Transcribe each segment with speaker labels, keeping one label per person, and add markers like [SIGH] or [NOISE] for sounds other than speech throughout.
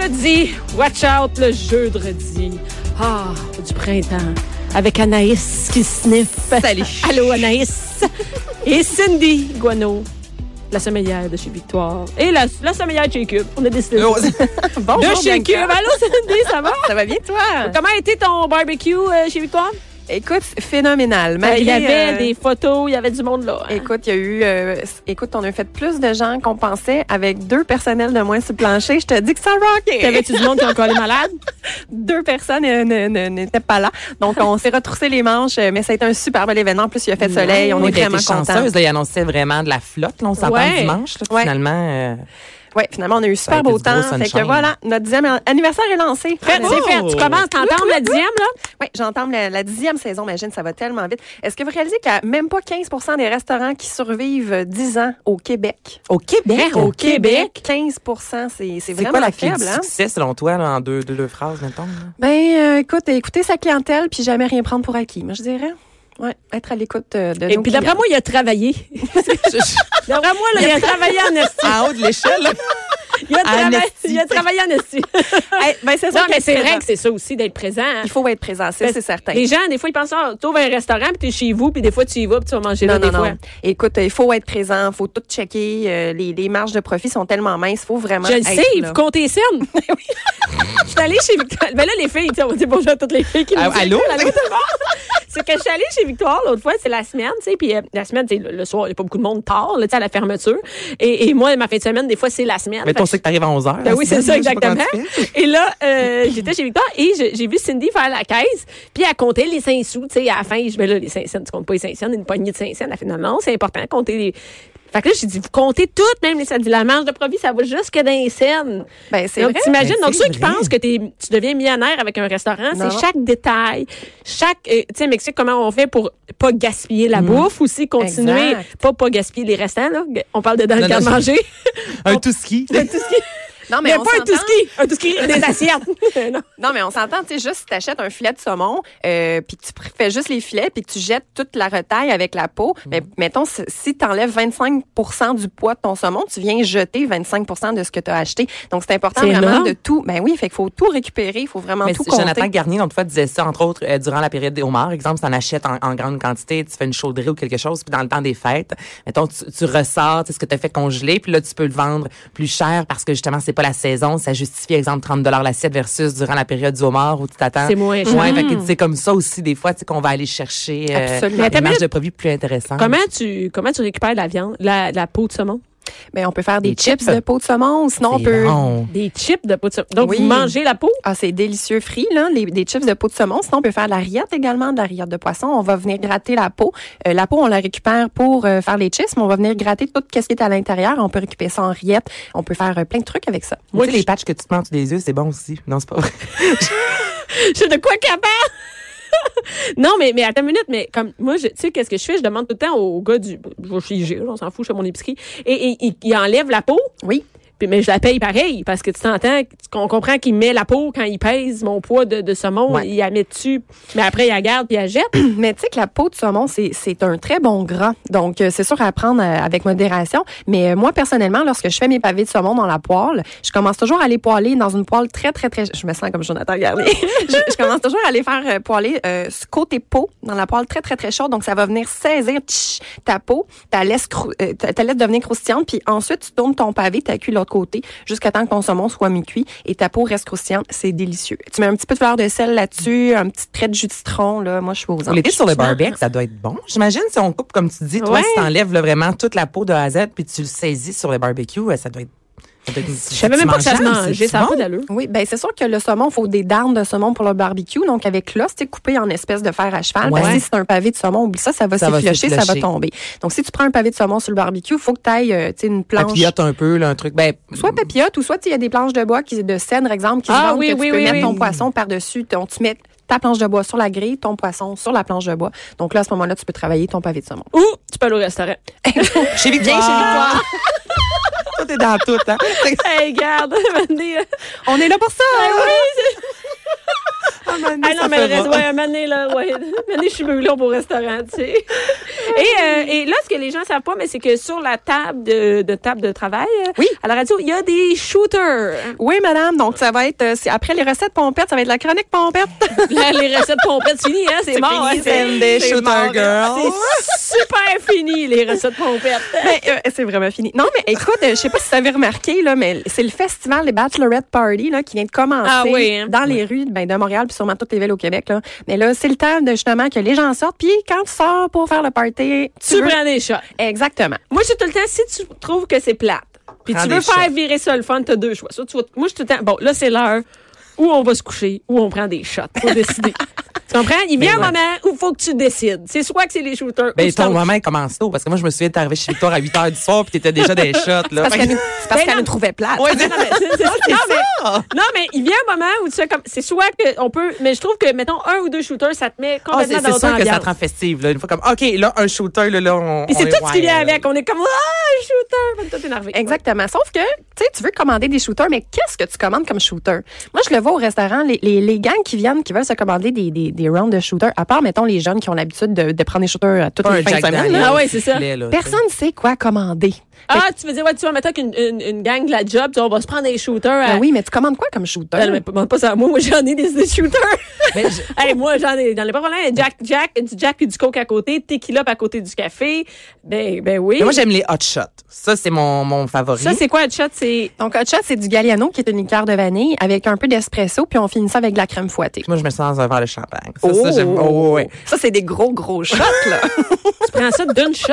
Speaker 1: jeudi, watch out le jeudi. Ah, du printemps. Avec Anaïs qui sniffe.
Speaker 2: [LAUGHS] Salut.
Speaker 1: Allô, Anaïs. Et Cindy Guano, la sommelière de chez Victoire. Et la, la sommelière de chez Cube. On a décidé de- de
Speaker 2: Bonjour,
Speaker 1: chez Cube.
Speaker 2: Bianca.
Speaker 1: Allô, Cindy, ça va?
Speaker 2: Ça va bien, toi?
Speaker 1: Comment a été ton barbecue euh, chez Victoire? Ben,
Speaker 2: Écoute,
Speaker 1: il
Speaker 2: phénoménal.
Speaker 1: y
Speaker 2: Malgré,
Speaker 1: avait
Speaker 2: euh,
Speaker 1: des photos, il y avait du monde là. hein?
Speaker 2: Écoute, il y a eu. euh, s- écoute, on a fait plus de gens qu'on pensait avec deux personnels de moins sur le plancher. Je te dis que ça rockait.
Speaker 1: T'avais-tu du monde qui a encore les malades?
Speaker 2: Deux personnes euh, ne- ne- n'étaient pas là. Donc, on s'est retroussé les manches, euh, mais ça a été un super bel événement. En plus, il y a fait soleil. On
Speaker 3: On
Speaker 2: est
Speaker 3: était
Speaker 2: vraiment contents.
Speaker 3: chanceuse. Là, ils annonçaient vraiment de la flotte. Là, on s'entend
Speaker 1: Ouais.
Speaker 3: dimanche. là,
Speaker 2: Ouais.
Speaker 3: Finalement, euh,
Speaker 2: Ouais, finalement, on a eu super
Speaker 3: a été
Speaker 2: beau
Speaker 3: du gros
Speaker 2: temps. Fait que
Speaker 3: sunshine.
Speaker 2: voilà, notre dixième an- anniversaire est lancé.
Speaker 1: [LAUGHS] Fait,
Speaker 2: Bravo.
Speaker 1: c'est fait. Tu commences, t'entends la dixième, là?
Speaker 2: Oui, j'entends la, la dixième saison, imagine, ça va tellement vite. Est-ce que vous réalisez qu'il n'y a même pas 15 des restaurants qui survivent euh, 10 ans au Québec?
Speaker 3: au Québec.
Speaker 1: Hein, au Québec?
Speaker 2: 15 c'est c'est
Speaker 3: C'est
Speaker 2: vraiment
Speaker 3: quoi la clé
Speaker 2: faible,
Speaker 3: du
Speaker 2: hein?
Speaker 3: succès, selon toi, là, en deux, deux, deux phrases,
Speaker 2: [LAUGHS]
Speaker 3: mettons? là?
Speaker 2: Ben, euh, écoute, écouter sa clientèle puis jamais rien prendre pour acquis, moi, je dirais. Ouais, être à l'écoute euh, de
Speaker 1: Et
Speaker 2: nos
Speaker 1: puis
Speaker 2: clients.
Speaker 1: d'après moi, il a travaillé. d'après moi, là, il a travaillé en [LAUGHS] esti.
Speaker 3: En haut de l'échelle, là.
Speaker 1: Il a,
Speaker 3: En
Speaker 1: trava-
Speaker 3: esti.
Speaker 1: il a travaillé en esti. [LAUGHS]
Speaker 2: Eh, ben, c'est
Speaker 1: Non,
Speaker 2: ça
Speaker 1: mais c'est vrai que c'est ça aussi d'être présent. hein.
Speaker 2: Il faut être présent, ça,
Speaker 1: Parce-
Speaker 2: c'est certain.
Speaker 1: Les gens, des fois, ils pensent, ah, t'ouvres un restaurant, puis t'es chez vous, puis des fois, tu y vas, puis tu vas manger
Speaker 2: Non,
Speaker 1: là,
Speaker 2: non,
Speaker 1: des fois.
Speaker 2: non. Écoute, il faut être présent, il faut tout checker. euh, les, les marges de profit sont tellement minces, il faut vraiment
Speaker 1: Je le
Speaker 2: être
Speaker 1: sais,
Speaker 2: là.
Speaker 1: vous comptez [LAUGHS] scène. Je suis allée chez Victoire. Ben là, les filles, tu sais, on va dire bonjour à toutes les filles qui nous
Speaker 3: Ah,
Speaker 1: écoutent.
Speaker 3: allô?
Speaker 1: Allô, tout le monde? C'est que je suis allée chez Victoire l'autre fois, c'est la semaine, tu sais, puis euh, la semaine, tu sais, le, le soir, il n'y a pas beaucoup de monde tard, là, tu sais, à la fermeture. Et, et moi, ma fin de semaine, des fois, c'est la semaine.
Speaker 3: Mais
Speaker 1: Fait
Speaker 3: on
Speaker 1: que
Speaker 3: sait que t'arrives à 11 heures.
Speaker 1: Ben
Speaker 3: la
Speaker 1: oui, c'est
Speaker 3: semaine,
Speaker 1: ça,
Speaker 3: je sais pas
Speaker 1: exactement.
Speaker 3: comment tu fais.
Speaker 1: Et là, euh, j'étais chez Victor et je- j'ai vu Cindy faire la caisse, puis elle comptait les 5 sous, tu sais, à la fin, je mets là, les 5 cents, tu comptes pas les 5 cents, une poignée de 5 cents. Elle fait, non, non, c'est important de compter les... Fait que là, j'ai dit, vous comptez toutes, même les cents. Elle dit, La marge de profit, ça va jusque dans les cents.
Speaker 2: Ben, c'est
Speaker 1: Donc,
Speaker 2: vrai.
Speaker 1: t'imagines.
Speaker 3: Ben,
Speaker 1: Donc,
Speaker 3: c'est
Speaker 1: ceux qui
Speaker 3: vrai.
Speaker 1: pensent que t'es- tu deviens millionnaire avec un restaurant,
Speaker 2: Non.
Speaker 1: c'est chaque détail, chaque. euh, tu sais, Mexique, comment on fait pour pas gaspiller
Speaker 3: Mm.
Speaker 1: la bouffe aussi, continuer,
Speaker 2: Exact.
Speaker 1: pas pas gaspiller les restants, là. On parle de dans
Speaker 3: Non,
Speaker 1: le
Speaker 3: non, c'est-
Speaker 1: manger.
Speaker 3: Un tout ski.
Speaker 2: Non,
Speaker 1: Mais,
Speaker 2: on
Speaker 1: pas un
Speaker 2: s'entend.
Speaker 1: tout ski, un tout ski des assiettes. non.
Speaker 2: Non, mais on s'entend, tu sais, juste si t'achètes un filet de saumon, euh, puis que tu pr- fais juste les filets, puis que tu jettes toute la retaille avec la peau,
Speaker 3: Mm.
Speaker 2: mais mettons, si- si t'enlèves 25 du poids de ton saumon, tu viens jeter 25 de ce que t'as acheté. Donc, c'est important
Speaker 1: C'est
Speaker 2: vraiment
Speaker 1: énorme.
Speaker 2: de tout. Ben oui, fait qu'il faut tout récupérer, il faut vraiment
Speaker 3: Mais
Speaker 2: tout
Speaker 3: c'est-
Speaker 2: compter.
Speaker 3: Jonathan Garnier, l'autre fois, disait ça, entre autres, euh, durant la période des homards, exemple, tu en achètes en, en grande quantité, tu fais une chaudrée ou quelque chose, puis dans le temps des fêtes, mettons, tu, tu ressors, tu sais, ce que tu as fait congeler, puis là, tu peux le vendre plus cher parce que justement, c'est pas la saison, ça justifie, exemple, 30 l'assiette versus durant la période du homard où tu t'attends.
Speaker 1: C'est moins cher.
Speaker 3: Ouais, fait que c'est comme ça aussi, des fois, tu sais, qu'on va aller chercher euh,
Speaker 2: Absolument.
Speaker 3: des marges
Speaker 1: minute.
Speaker 3: de produits plus intéressantes.
Speaker 1: Comment tu comment tu récupères de la viande, la, la peau de saumon
Speaker 2: Ben, on peut faire des,
Speaker 3: Des
Speaker 2: chips
Speaker 3: chips.
Speaker 2: de peau de saumon, sinon on
Speaker 3: C'est
Speaker 2: peut...
Speaker 3: bon.
Speaker 1: Des chips de peau de saumon. Donc
Speaker 2: Oui.
Speaker 1: vous mangez la peau
Speaker 2: Ah, c'est délicieux frit, là, les, des chips de peau de saumon. Sinon, on peut faire de la rillette également, de la rillette de poisson. On va venir gratter la peau. Euh, la peau, on la récupère pour euh, faire les chips, mais on va venir gratter tout ce qui est à l'intérieur. On peut récupérer ça en rillette. On peut faire euh, plein de trucs avec ça.
Speaker 3: Moi,
Speaker 1: Moi,
Speaker 3: les patchs que tu te mets en dessous des yeux, c'est bon aussi. Non, c'est pas vrai.
Speaker 1: J'ai de quoi capable [LAUGHS] Non, mais, mais attends une minute, mais comme moi, je- tu sais, qu'est-ce que je fais? Je demande tout le temps au gars du. Je vais chez IG, là, on s'en fout, je fais mon épicerie. Et, et il, il enlève la peau,
Speaker 2: Oui.
Speaker 1: puis, mais je la paye pareil, parce que tu t'entends, qu'on comprend qu'il met la peau quand il pèse mon poids de, de saumon,
Speaker 3: Ouais.
Speaker 1: il la met dessus, mais après il la garde puis il la jette.
Speaker 2: [CLEARS THROAT] Mais tu sais que la peau de saumon, c'est, c'est un très bon gras. Donc, euh, c'est sûr à prendre euh, avec modération. Mais euh, moi, personnellement, lorsque je fais mes pavés de saumon dans la poêle, je commence toujours à les poêler dans une poêle très, très, très... Je me sens comme Jonathan Garnier. [LAUGHS] je, je commence toujours à les faire euh, poêler euh, ce côté peau dans la poêle très, très, très chaude. Donc, ça va venir saisir tch, ta peau, ta laisse, crou- euh, ta ta laisse devenir croustillante. Puis ensuite, tu tournes ton pavé, tu cuit l'autre côté jusqu'à temps que ton saumon soit mi-cuit et ta peau reste croustillante. C'est délicieux. Tu mets un petit peu de fleur de sel là-dessus, un petit trait de jus de citron. Là. Moi, je suis aux
Speaker 3: On les sur le barbecue, ça doit être bon. J'imagine si on coupe, comme tu dis, toi,
Speaker 1: Ouais.
Speaker 3: si t'enlèves là, vraiment toute la peau de A à Z, puis tu le saisis sur le barbecue, euh, ça doit être. ça doit être-
Speaker 1: Je savais même pas que ça se
Speaker 3: mangeable,
Speaker 1: mangeait,
Speaker 3: c'est-tu
Speaker 1: ça n'a
Speaker 3: bon?
Speaker 1: pas d'allure.
Speaker 2: Oui, ben c'est sûr que le saumon, il faut des darnes de saumon pour le barbecue. Donc, avec l'os, c'est coupé en espèces de fer à cheval. Parce que
Speaker 3: Ouais.
Speaker 2: si c'est un pavé de saumon, oublie ça, ça va
Speaker 3: Ça va
Speaker 2: s'efflocher, ça va
Speaker 3: s'efflocher.
Speaker 2: tomber. Donc, si tu prends un pavé de saumon sur le barbecue, il faut que euh, tu ailles une planche.
Speaker 3: Papillote un peu, là, un truc. Ben,
Speaker 2: Soit papillote ou soit tu sais, il y a des planches de bois qui, de cèdre, exemple, qui se
Speaker 1: Ah
Speaker 2: vendent
Speaker 1: oui,
Speaker 2: que tu
Speaker 1: oui,
Speaker 2: peux
Speaker 1: oui,
Speaker 2: mettre
Speaker 1: oui.
Speaker 2: ton poisson par-dessus. Donc, tu mets ta planche de bois sur la grille, ton poisson sur la planche de bois. Donc là, à ce moment-là, tu peux travailler ton pavé de saumon.
Speaker 1: Ou tu peux aller au restaurant.
Speaker 3: chez Victoire.
Speaker 2: Viens chez Victoire.
Speaker 3: [LAUGHS] Tout est dans tout, hein. [LAUGHS]
Speaker 1: Hey, garde, [LAUGHS]
Speaker 2: On est là pour ça!
Speaker 1: Ah oui, c'est-
Speaker 3: un moment donné,
Speaker 1: Ah non,
Speaker 3: ça
Speaker 1: mais le
Speaker 3: fera.
Speaker 1: reste, ouais, un moment donné, là, ouais. [LAUGHS] Un moment donné, je suis brûlée au beau restaurant, tu sais. Et, euh, et là, ce que les gens savent pas, mais c'est que sur la table de, de table de travail, euh,
Speaker 2: Oui.
Speaker 1: à la radio, il y a des shooters.
Speaker 2: Oui, madame. Donc, ça va être, euh, c'est- après les recettes pompettes, ça va être la chronique pompette.
Speaker 1: Là, les recettes pompettes, c'est fini, hein, c'est mort.
Speaker 3: fini,
Speaker 1: hein,
Speaker 3: c'est des
Speaker 1: c'est
Speaker 3: shooter
Speaker 1: mort, là.
Speaker 3: girls.
Speaker 1: C'est super fini, les recettes pompettes.
Speaker 2: Ben, euh, c'est vraiment fini. Non, mais écoute, euh, je sais pas si tu avais remarqué, là, mais c'est le festival des Bachelorette Party là, qui vient de commencer
Speaker 1: Ah oui, hein?
Speaker 2: dans les rues ben, de Montréal, puis sûrement toutes les villes au Québec. Là. Mais là, c'est le temps de justement que les gens sortent, puis quand tu sors pour faire le party, tu,
Speaker 1: Tu
Speaker 2: veux-
Speaker 1: prends des shots.
Speaker 2: Exactement.
Speaker 1: Moi, je suis tout le temps, si tu trouves que c'est plate, puis
Speaker 3: Prends
Speaker 1: tu
Speaker 3: des
Speaker 1: veux faire
Speaker 3: shots.
Speaker 1: virer ça le fun, t'as deux choix. Soit tu vas- moi, je suis tout le temps, bon, là, c'est l'heure où on va se coucher, où on prend des shots pour
Speaker 3: [LAUGHS]
Speaker 1: décider. tu comprends? Il vient
Speaker 3: ouais.
Speaker 1: un moment où il faut que tu décides. C'est soit que c'est les shooters ou
Speaker 3: Ben,
Speaker 1: tu t'en-
Speaker 3: ton moment, il commence tôt. Parce que moi, je me souviens, t'es arrivé chez Victoire à 8 h du soir, puis t'étais déjà des shots, là.
Speaker 2: Parce qu'elle nous- c'est parce
Speaker 1: Ben
Speaker 2: qu'elle
Speaker 1: non.
Speaker 2: nous trouvait plate.
Speaker 1: Ouais, non, mais c'est-
Speaker 3: [LAUGHS]
Speaker 1: c'est- non, mais-
Speaker 3: Ah, ça.
Speaker 1: non, mais il vient un moment où tu sais, comme, c'est soit que on peut, mais je trouve que, mettons, un ou deux shooters, ça te met
Speaker 3: Ah,
Speaker 1: complètement
Speaker 3: c'est
Speaker 1: dans
Speaker 3: c'est
Speaker 1: ton
Speaker 3: sûr que ça
Speaker 1: ambiance.
Speaker 3: te rend festive, là. Une fois comme, OK, là, un shooter, là, là, on.
Speaker 1: Puis c'est
Speaker 3: on
Speaker 1: tout ce qui
Speaker 3: wild,
Speaker 1: vient
Speaker 3: là.
Speaker 1: avec. On est comme, ah, shooter! Fait que Tout énervé.
Speaker 2: Exactement. Sauf que, tu sais, tu veux commander des shooters, mais qu'est-ce que tu commandes comme shooter? Moi, je le vois au restaurant, les, les, les gangs qui viennent, qui veulent se commander des, des, des rounds de shooters, à part, mettons, les jeunes qui ont l'habitude de, de prendre des shooters à toutes
Speaker 3: Pas
Speaker 2: les
Speaker 3: un
Speaker 2: fins de
Speaker 3: Jack
Speaker 2: semaine.
Speaker 3: Daniel.
Speaker 2: là.
Speaker 1: Ah ouais, c'est ça.
Speaker 2: Personne ne sait quoi commander.
Speaker 1: Ah, tu veux dire, ouais, tu vas mettre qu'une une, une gang de la job, tu sais, on va se prendre des shooters. à-
Speaker 2: Ben oui, mais tu commandes quoi comme shooter?
Speaker 1: Elle me demande pas ça à moi. Moi, j'en ai des, des shooters.
Speaker 3: [LAUGHS] Mais je-
Speaker 1: Hey, moi, j'en ai. J'en ai pas problème. Jack, Jack, du Jack et du Coke à côté, tequila à côté du café. Ben, ben oui.
Speaker 3: Mais moi, j'aime les hot shots. Ça, c'est mon, mon favori.
Speaker 1: ça, c'est quoi, Hot Shot? C'est.
Speaker 2: Donc, hot shot, c'est du Galliano, qui est une liqueur de vanille, avec un peu d'espresso, puis on finit ça avec de la crème fouettée.
Speaker 3: moi, je me sens dans un verre de champagne. Ça, ça, j'aime. Oh, ouais. [LAUGHS]
Speaker 2: Ça, c'est des gros, gros shots, là.
Speaker 1: Tu prends ça d'une shot?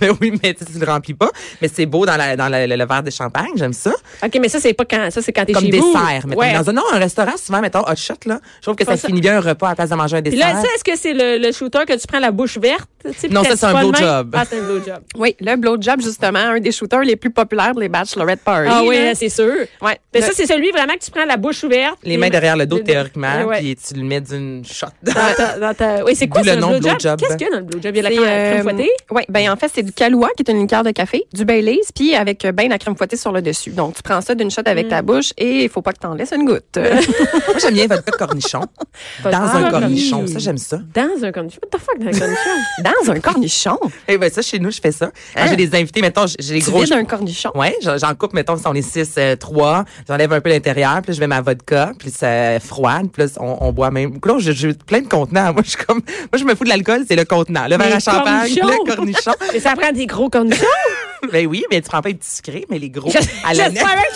Speaker 3: Mais oui, mais tu sais, tu le remplis pas. Mais c'est beau dans, la, dans la- le, le verre de champagne. J'aime ça.
Speaker 1: OK, mais ça, c'est pas quand. Ça, c'est quand t'es
Speaker 3: Comme
Speaker 1: chez vous.
Speaker 3: dessert. mettons.
Speaker 1: Ouais.
Speaker 3: Dans un, non, un restaurant, souvent, mettons, hot shot, là. Je trouve que ça,
Speaker 1: Pas ça.
Speaker 3: finit bien un repas à la place de manger un
Speaker 1: Puis
Speaker 3: dessert.
Speaker 1: là, ça, est-ce que c'est le, le shooter que tu prends la bouche verte? tu sais, puis
Speaker 3: Non, ça,
Speaker 1: t'as-
Speaker 3: c'est un
Speaker 1: pas le même?
Speaker 3: blowjob.
Speaker 1: Ah, c'est un blowjob.
Speaker 2: Oui, le blowjob, justement, un des shooters les plus populaires des Bachelorette Party.
Speaker 1: Ah oui,
Speaker 2: là.
Speaker 1: c'est sûr.
Speaker 2: Ouais.
Speaker 1: Mais
Speaker 2: Le-
Speaker 1: ça, c'est celui vraiment que tu prends la bouche ouverte.
Speaker 3: les mains derrière le dos, théoriquement,
Speaker 1: Ouais.
Speaker 3: puis tu le mets d'une shot. [LAUGHS]
Speaker 1: Dans ta- dans ta- Oui, c'est quoi
Speaker 3: D'où
Speaker 1: ça,
Speaker 3: le
Speaker 1: le
Speaker 3: nom
Speaker 1: blowjob?
Speaker 3: blowjob. ben.
Speaker 1: Qu'est-ce qu'il y a dans le blowjob? Il y a la
Speaker 2: C'est,
Speaker 1: crème
Speaker 2: euh,
Speaker 1: fouettée?
Speaker 2: ouais, ben en fait, c'est du Kahlua, qui est une liqueur de café, du Baileys, puis avec euh, ben la crème fouettée sur le dessus. Donc, tu prends ça d'une shot avec ta bouche et il faut pas que t'en laisses une goutte.
Speaker 3: Moi, j'aime bien votre cornichon. Dans
Speaker 1: Vodka
Speaker 3: un
Speaker 1: cornichon.
Speaker 3: cornichon. Ça, j'aime ça.
Speaker 1: Dans un cornichon. What the fuck, dans un cornichon? [LAUGHS]
Speaker 2: Dans un cornichon.
Speaker 3: Eh ben ça, chez nous, je fais ça. Quand
Speaker 2: Hein?
Speaker 3: j'ai des invités, mettons, j'ai j'ai les
Speaker 2: Tu
Speaker 3: gros.
Speaker 2: vides un cornichon.
Speaker 3: Ouais, j'en j'en coupe, mettons, si on est 6, 3, j'enlève un peu l'intérieur, puis là, je mets ma vodka, puis c'est froide, puis là, on, on boit même. Là, j'ai- j'ai plein de contenants. [LAUGHS] Moi, je suis comme, moi, je me fous de l'alcool, c'est le contenant. Le verre
Speaker 1: Les
Speaker 3: à champagne,
Speaker 1: cornichons. [LAUGHS]
Speaker 3: le cornichon.
Speaker 1: Mais ça prend des gros cornichons.
Speaker 3: ben oui, mais tu prends pas les petits sucrés, mais les gros. [LAUGHS] à la
Speaker 1: J'espère.
Speaker 3: [LAUGHS]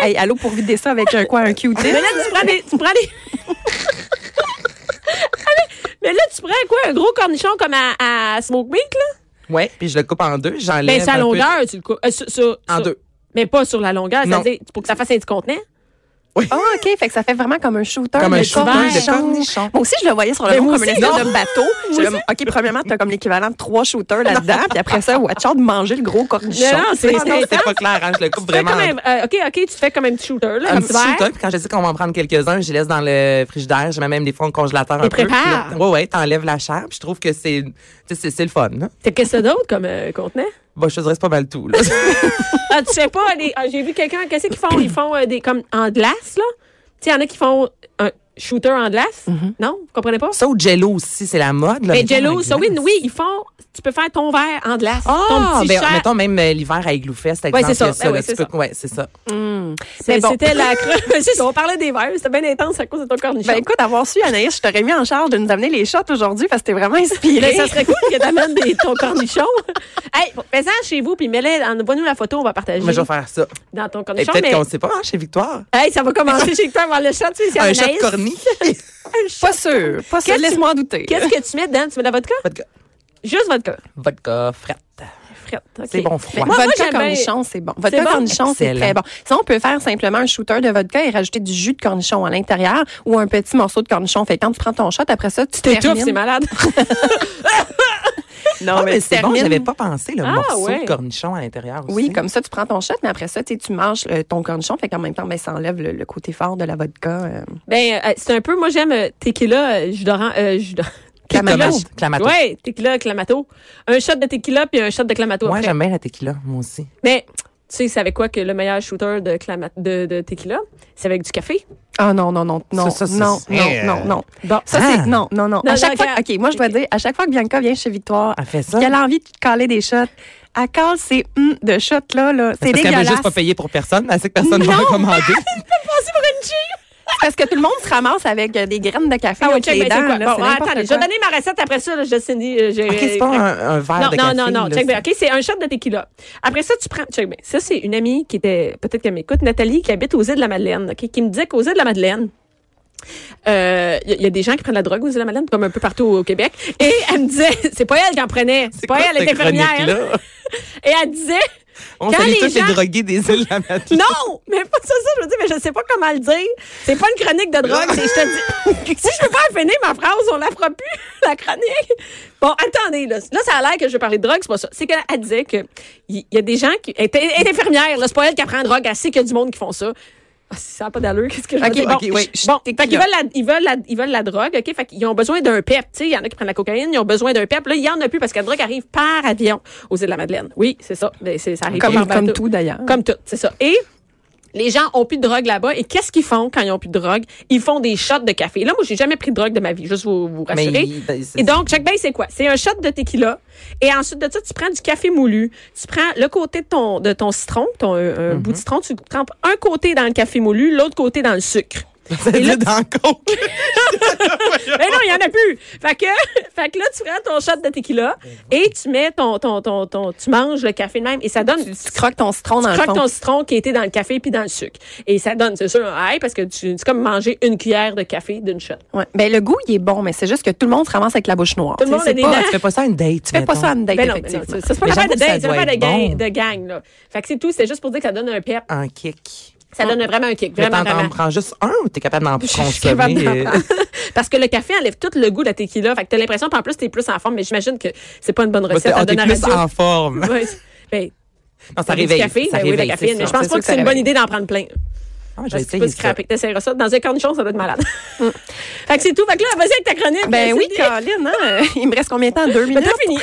Speaker 2: Hey, allô pour vider ça avec un quoi, un Q-tip?
Speaker 1: Mais là, tu prends des. Tu prends des... [LAUGHS] Mais là, tu prends quoi? Un gros cornichon comme à, à Smoke Meat, là?
Speaker 3: Ouais, puis je le coupe en deux, j'enlève.
Speaker 1: Ben, c'est à
Speaker 3: un peu-
Speaker 1: longueur, tu le coupes. Euh, sur- sur-
Speaker 3: En
Speaker 1: sur-
Speaker 3: deux.
Speaker 1: Mais pas sur la longueur,
Speaker 3: Non.
Speaker 1: c'est-à-dire pour que ça fasse un petit contenant.
Speaker 2: Ah, OK. Fait que ça fait vraiment comme un shooter.
Speaker 3: Comme un
Speaker 2: de
Speaker 3: shooter
Speaker 1: de
Speaker 3: cornichon.
Speaker 2: Moi aussi, je le voyais sur le
Speaker 1: Mais
Speaker 2: nom
Speaker 1: moi
Speaker 2: comme une
Speaker 1: aussi,
Speaker 2: espèce
Speaker 1: non.
Speaker 2: de bateau. J'étais là, OK, premièrement, t'as comme l'équivalent de trois shooters là-dedans. Puis après ça, watch out de manger le gros cornichon.
Speaker 1: Non, non, c'est-
Speaker 3: Ah non, c'est pas clair, hein, je le coupe
Speaker 1: Tu fais
Speaker 3: vraiment. en
Speaker 1: comme un- euh, OK, OK, tu te fais comme un petit shooter, là,
Speaker 3: un
Speaker 1: comme
Speaker 3: petit
Speaker 1: verre.
Speaker 3: shooter, puis quand je dis qu'on va en prendre quelques-uns, je les laisse dans le frigidaire, je mets même des fois au congélateur
Speaker 1: Et
Speaker 3: un peu.
Speaker 1: prépare.
Speaker 3: Oui, ouais, ouais, t'enlèves la chair, puis je trouve que c'est tu sais, c'est c'est le fun. Là.
Speaker 1: T'as qu'est-ce que d'autre comme euh, contenant?
Speaker 3: Bah, je te dirais c'est pas mal tout. Là.
Speaker 1: Ah, tu sais pas, les- ah, j'ai vu quelqu'un, qu'est-ce qu'ils font? Ils font euh, des, comme en glace, là. Tu sais, il y en a qui font un shooter en glace. Non? Vous comprenez pas?
Speaker 3: [LAUGHS] Mm-hmm. ça ou Jello aussi, c'est la mode. Là,
Speaker 1: Mais
Speaker 3: mettons,
Speaker 1: Jello,
Speaker 3: avec
Speaker 1: ça, oui,
Speaker 3: glace.
Speaker 1: oui, ils font, tu peux faire ton verre en glace.
Speaker 3: Ah,
Speaker 1: ton petit
Speaker 3: ben,
Speaker 1: chat.
Speaker 3: mettons même euh, l'hiver à Igloofest,
Speaker 1: Ouais, c'est ça. Mm-hmm.
Speaker 3: exemple, il y a
Speaker 1: Ben oui,
Speaker 3: là,
Speaker 1: c'est
Speaker 3: tu peux- ouais, c'est ça.
Speaker 1: C'est-
Speaker 2: Mais bon.
Speaker 1: C'était
Speaker 3: [LAUGHS]
Speaker 1: la cre- [LAUGHS] C'est ça, on parlait des verres, c'était bien intense à cause de ton cornichon.
Speaker 2: Ben écoute, avoir su, Anaïs, je t'aurais mis en charge de nous amener les shots aujourd'hui parce que t'es vraiment inspirée.
Speaker 1: Mais ça serait cool que t'amènes des- ton
Speaker 3: [LAUGHS]
Speaker 1: cornichon. hey, fais-en chez vous, puis mets-le, envoie-nous la photo, on va partager
Speaker 3: Mais je vais faire ça.
Speaker 1: dans ton
Speaker 3: Et
Speaker 1: cornichon.
Speaker 3: peut-être
Speaker 1: Mais,
Speaker 3: qu'on sait pas, hein, chez Victoire.
Speaker 1: hey, ça va commencer chez toi avant le chat, tu sais, c'est
Speaker 3: Un
Speaker 1: Anaïs.
Speaker 3: chat de
Speaker 1: [LAUGHS]
Speaker 3: corny.
Speaker 1: Un shot.
Speaker 2: Pas sûr. Pas sûr.
Speaker 1: Qu'est-ce-
Speaker 2: Laisse-moi en douter.
Speaker 1: Qu'est-ce que tu mets dedans? Tu mets de la vodka?
Speaker 3: Vodka,
Speaker 1: Juste vodka.
Speaker 3: vodka
Speaker 1: Ah,
Speaker 3: frette.
Speaker 1: Frette. ok.
Speaker 3: C'est bon froid.
Speaker 1: Mais moi,
Speaker 2: vodka
Speaker 1: j'aime bien-
Speaker 2: cornichon, c'est bon. Vodka
Speaker 1: bon?
Speaker 2: cornichon, c'est
Speaker 3: Excellent.
Speaker 2: très bon. Sinon, on peut faire simplement un shooter de vodka et rajouter du jus de cornichon à l'intérieur ou un petit morceau de cornichon. Fait que quand tu prends ton shot, après ça, tu
Speaker 1: T'étouffes,
Speaker 2: termines.
Speaker 1: c'est malade.
Speaker 2: Non,
Speaker 3: Ah, mais
Speaker 2: tu
Speaker 3: c'est bon,
Speaker 2: termines.
Speaker 3: j'avais pas pensé le
Speaker 1: Ah,
Speaker 3: morceau
Speaker 1: ouais.
Speaker 3: de cornichon à l'intérieur aussi.
Speaker 2: Oui, comme ça, tu prends ton shot, mais après ça, tu sais, tu manges euh, ton cornichon. Fait qu'en même temps, ben, ça enlève le, le côté fort de la vodka. euh.
Speaker 1: [LAUGHS] Ben, euh, c'est un peu, moi, j'aime euh, tequila, euh, jus d'orange, euh, jus d'orange.
Speaker 3: [LAUGHS] Clamato. Clamato.
Speaker 1: Ouais, tequila, clamato. Un shot de tequila puis un shot de clamato
Speaker 3: Moi,
Speaker 1: après.
Speaker 3: j'aime bien la tequila, moi aussi.
Speaker 1: Mais sais, c'est avec quoi que le meilleur shooter de, clama- de, de tequila? C'est avec du café.
Speaker 2: Ah non, non, non, non,
Speaker 3: Ça, ça, ça,
Speaker 2: non,
Speaker 3: c'est-
Speaker 2: non,
Speaker 3: euh,
Speaker 2: non, non. Bon, ça,
Speaker 3: Ah.
Speaker 2: c'est... Non, non, non.
Speaker 1: Non,
Speaker 2: À chaque
Speaker 1: non,
Speaker 2: fois...
Speaker 1: regarde.
Speaker 2: OK, moi, je dois dire, à chaque fois que Bianca vient chez Victoire,
Speaker 3: Elle fait ça.
Speaker 2: qu'elle a envie de caler des shots, elle cale ces hum de shots, là, là. C'est
Speaker 3: C'est parce qu'elle veut
Speaker 2: dégueulasse.
Speaker 3: juste pas payer pour personne. Elle sait que personne ne va commander.
Speaker 1: Merci pour une cheer!
Speaker 2: Parce que tout le monde se ramasse avec euh, des graines de café
Speaker 1: Ah ouais,
Speaker 2: entre
Speaker 1: check, ben,
Speaker 2: les
Speaker 1: c'est
Speaker 2: dents,
Speaker 1: quoi?
Speaker 2: là,
Speaker 1: Bon,
Speaker 2: c'est
Speaker 1: ouais,
Speaker 2: n'importe
Speaker 1: attendez, je
Speaker 2: quoi.
Speaker 1: vais donner ma recette après ça, là, je te dis, euh, j'ai-
Speaker 3: [LAUGHS] OK, c'est pas Ah, un, un verre
Speaker 1: non,
Speaker 3: de
Speaker 1: non,
Speaker 3: café.
Speaker 1: non, non,
Speaker 3: là,
Speaker 1: check bien. OK, c'est un shot de tequila. Après ça, tu prends. Check bien. Ça, c'est une amie qui était. Peut-être qu'elle m'écoute, Nathalie, qui habite aux îles de la Madeleine, OK, qui me disait qu'aux îles de la Madeleine, euh, il y, a- il y a des gens qui prennent la drogue aux îles de la Madeleine, comme un peu partout au Québec. Et elle me disait, [LAUGHS] c'est pas elle qui en prenait. C'est pas
Speaker 3: quoi
Speaker 1: elle, elle
Speaker 3: cette
Speaker 1: était infirmière. hein.
Speaker 3: chronique-là?
Speaker 1: Et elle disait.
Speaker 3: On
Speaker 1: Quand
Speaker 3: salue
Speaker 1: les
Speaker 3: tous
Speaker 1: gens-
Speaker 3: les drogués des îles de la Madeleine.
Speaker 1: [LAUGHS] Non! Mais pas ça, ça, je veux dire, mais je sais pas comment le dire. C'est pas une chronique de drogue, c'est, je te dis. si je peux pas finir ma phrase, on la fera plus, [LAUGHS] la chronique. Bon, attendez, là. Là, ça a l'air que je vais parler de drogue, c'est pas ça. C'est qu'elle disait que, il y a des gens qui, elle était elle est infirmière, là. C'est pas elle qui apprend la drogue, elle sait qu'il y a du monde qui font ça. Ah, si ça n'a pas d'allure, qu'est-ce que je veux
Speaker 2: Ok,
Speaker 1: dire? Bon,
Speaker 3: ok, oui, je-
Speaker 1: bon,
Speaker 3: t'es
Speaker 1: fait
Speaker 3: qui,
Speaker 1: qu'ils
Speaker 3: là?
Speaker 1: veulent la, ils veulent la, ils veulent la drogue, OK? Fait qu'ils ont besoin d'un PEP, tu sais. Il y en a qui prennent la cocaïne, ils ont besoin d'un PEP. Là, il y en a plus parce que la drogue arrive par avion aux îles de la Madeleine. Oui, c'est ça. Mais c'est, ça arrive
Speaker 2: Comme,
Speaker 1: par
Speaker 2: comme
Speaker 1: bateau.
Speaker 2: tout, d'ailleurs.
Speaker 1: ben, Comme tout, c'est ça. Et les gens ont plus de drogue là-bas. Et qu'est-ce qu'ils font quand ils ont plus de drogue? Ils font des shots de café. Là, moi, j'ai jamais pris de drogue de ma vie, juste vous, vous
Speaker 3: Mais
Speaker 1: rassurer.
Speaker 3: il- ben, c'est-
Speaker 1: Et donc, Jack Bay, c'est quoi? C'est un shot de tequila. Et ensuite de ça, tu prends du café moulu. Tu prends le côté de ton, de ton citron, ton euh, un
Speaker 3: Mhm.
Speaker 1: bout de citron, tu trempes un côté dans le café moulu, l'autre côté dans le sucre.
Speaker 3: Ça dit dans le coke.
Speaker 1: Mais non, il y en a plus. Fait que, [LAUGHS] fait que là, tu prends ton shot de tequila et tu mets ton, ton, ton, ton, tu manges le café de même et ça donne
Speaker 2: Tu, tu croques ton citron dans
Speaker 1: tu
Speaker 2: le
Speaker 1: croques
Speaker 2: fond.
Speaker 1: ton citron qui était dans le café puis dans le sucre. Et ça donne, c'est sûr, un high parce que tu, c'est comme manger une cuillère de café d'une shot.
Speaker 2: Ouais. Ben, le goût, il est bon, mais c'est juste que tout le monde se ramasse avec la bouche noire.
Speaker 1: Tout le
Speaker 2: Tu sais,
Speaker 1: monde
Speaker 2: c'est
Speaker 1: a des
Speaker 2: pas-
Speaker 1: dents.
Speaker 3: Tu fais pas ça à une date.
Speaker 2: Tu fais pas
Speaker 3: mettons.
Speaker 2: ça à une date,
Speaker 1: Ben non, ben non,
Speaker 2: effectivement.
Speaker 1: Ah. ça, c'est pas
Speaker 3: Mais
Speaker 1: l'affaire de
Speaker 3: j'avoue que
Speaker 1: date, c'est
Speaker 3: ça doit
Speaker 1: l'affaire de, gang-
Speaker 3: être bon.
Speaker 1: de gang, là. Fait que c'est tout, c'est juste pour dire que ça donne un pep.
Speaker 3: Un kick.
Speaker 1: Ça donne vraiment un kick,
Speaker 3: Mais
Speaker 1: vraiment,
Speaker 3: t'en t'en
Speaker 1: vraiment.
Speaker 3: prends juste un ou t'es capable d'en Ah. consommer?
Speaker 1: suis capable d'en
Speaker 3: euh,
Speaker 1: prendre. [LAUGHS] Bah, Parce que le café enlève tout le goût de la tequila. Fait que t'as l'impression, puis en plus, t'es plus en forme, mais j'imagine que c'est pas une bonne
Speaker 3: parce que-
Speaker 1: recette
Speaker 3: ah,
Speaker 1: à
Speaker 3: T'es
Speaker 1: donner à
Speaker 3: plus
Speaker 1: radio. [LAUGHS]
Speaker 3: en forme.
Speaker 1: Ouais, c'est- ben,
Speaker 3: Non, ça
Speaker 1: t'as du
Speaker 3: réveille.
Speaker 1: café,
Speaker 3: ça
Speaker 1: ben oui, la
Speaker 3: réveille,
Speaker 1: caféine, mais
Speaker 3: c'est
Speaker 1: je
Speaker 3: sûr.
Speaker 1: pense
Speaker 2: sûr
Speaker 1: pas que
Speaker 2: que ça
Speaker 1: c'est une bonne
Speaker 2: réveille.
Speaker 1: idée d'en prendre plein.
Speaker 3: Ah, je vais
Speaker 1: Parce que tu peux
Speaker 3: essayer
Speaker 1: se
Speaker 3: ça.
Speaker 1: craper. T'essaieras ça. Mm. Dans un cornichon, ça doit être [LAUGHS] malade. fait que c'est tout. Fait que là, vas-y avec ta chronique.
Speaker 2: Ben oui,
Speaker 1: Cindy.
Speaker 2: Caroline, hein? il me reste combien de temps? Deux
Speaker 1: Ben,
Speaker 2: minutes?
Speaker 1: t'as [LAUGHS] fini.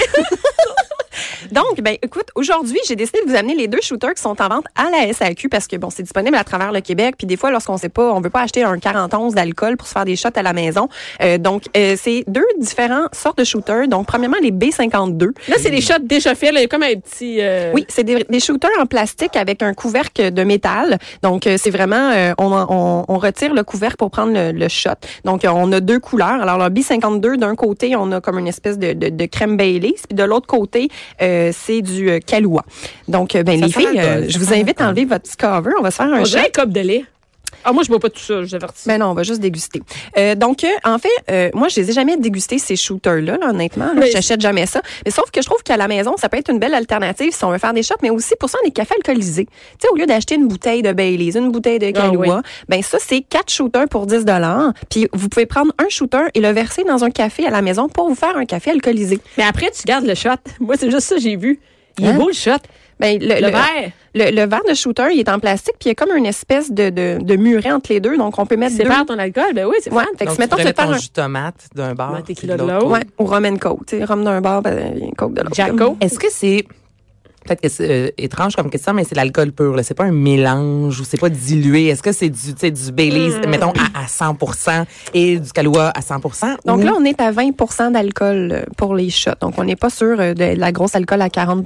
Speaker 2: Donc, ben, écoute, aujourd'hui, j'ai décidé de vous amener les deux shooters qui sont en vente à la SAQ parce que, bon, c'est disponible à travers le Québec. Puis des fois, lorsqu'on sait pas, on veut pas acheter un 41 d'alcool pour se faire des shots à la maison. Euh, donc, euh, c'est deux différentes sortes de shooters. Donc, premièrement, les B52.
Speaker 1: Là, c'est des shots déjà faits. là. Il y a comme un petit. euh,
Speaker 2: Oui, c'est des, des shooters en plastique avec un couvercle de métal. Donc, euh, c'est vraiment, euh, on, en- on, on retire le couvercle pour prendre le, le shot. Donc, euh, on a deux couleurs. Alors, le B52, d'un côté, on a comme une espèce de, de, de crème Bailey. Puis de l'autre côté, euh, c'est du euh, Kahlua. Donc, euh, ben,
Speaker 3: Ça
Speaker 2: les
Speaker 3: sent
Speaker 2: filles,
Speaker 3: l'alcool,
Speaker 2: euh,
Speaker 3: ça
Speaker 2: je vous
Speaker 3: sent
Speaker 2: invite à
Speaker 3: l'alcool.
Speaker 2: enlever votre petit cover. On va se faire
Speaker 1: On
Speaker 2: un shot.
Speaker 1: dirait un cop de lait. Ah, moi, je bois pas tout ça, je vous avertis.
Speaker 2: Ben non, on va juste déguster. Euh, donc, euh, en fait, euh, moi, je les ai jamais dégustés, ces shooters-là, là, honnêtement.
Speaker 1: Mais-
Speaker 2: Je J'achète jamais ça. Mais sauf que je trouve qu'à la maison, ça peut être une belle alternative si on veut faire des shots, mais aussi pour ça, des cafés alcoolisés. Tu sais, au lieu d'acheter une bouteille de Baileys, une bouteille de Kahlua,
Speaker 1: Ah oui.
Speaker 2: ben ça, c'est quatre shooters pour 10 Puis vous pouvez prendre un shooter et le verser dans un café à la maison pour vous faire un café alcoolisé.
Speaker 1: Mais après, tu gardes le shot. [LAUGHS] Moi, c'est juste ça que j'ai vu. Il est
Speaker 2: Hein?
Speaker 1: beau, le shot.
Speaker 2: Ben, le,
Speaker 1: Le,
Speaker 2: le-
Speaker 1: verre.
Speaker 2: le- le verre de shooter, il est en plastique, puis il y a comme une espèce de, de, de muret entre les deux. Donc, on peut mettre
Speaker 1: Tu
Speaker 2: deux...
Speaker 1: sépares ton alcool. Ben oui, c'est
Speaker 2: Ouais,
Speaker 1: fun.
Speaker 2: fait que
Speaker 3: Donc,
Speaker 2: mettons,
Speaker 3: tu
Speaker 2: tu te
Speaker 3: prends
Speaker 2: faire
Speaker 3: ton
Speaker 2: un-
Speaker 3: jus de tomate d'un bar.
Speaker 1: Un
Speaker 3: puis
Speaker 1: tequila de l'autre.
Speaker 2: Ouais, ou rum and coke, tu sais, rhum d'un bar, ben, coke de l'autre.
Speaker 1: Jacko.
Speaker 3: Est-ce que c'est peut-être que c'est euh, étrange comme question, mais c'est l'alcool pur. là. C'est pas un mélange ou c'est pas dilué. Est-ce que c'est du, tu sais, du Baileys,
Speaker 1: Hmm.
Speaker 3: mettons à, à 100% et du Kahlua à 100%
Speaker 2: Donc
Speaker 3: ou-
Speaker 2: là, on est à 20 d'alcool euh, pour les shots. Donc, on n'est pas sûr euh, de la grosse alcool à 40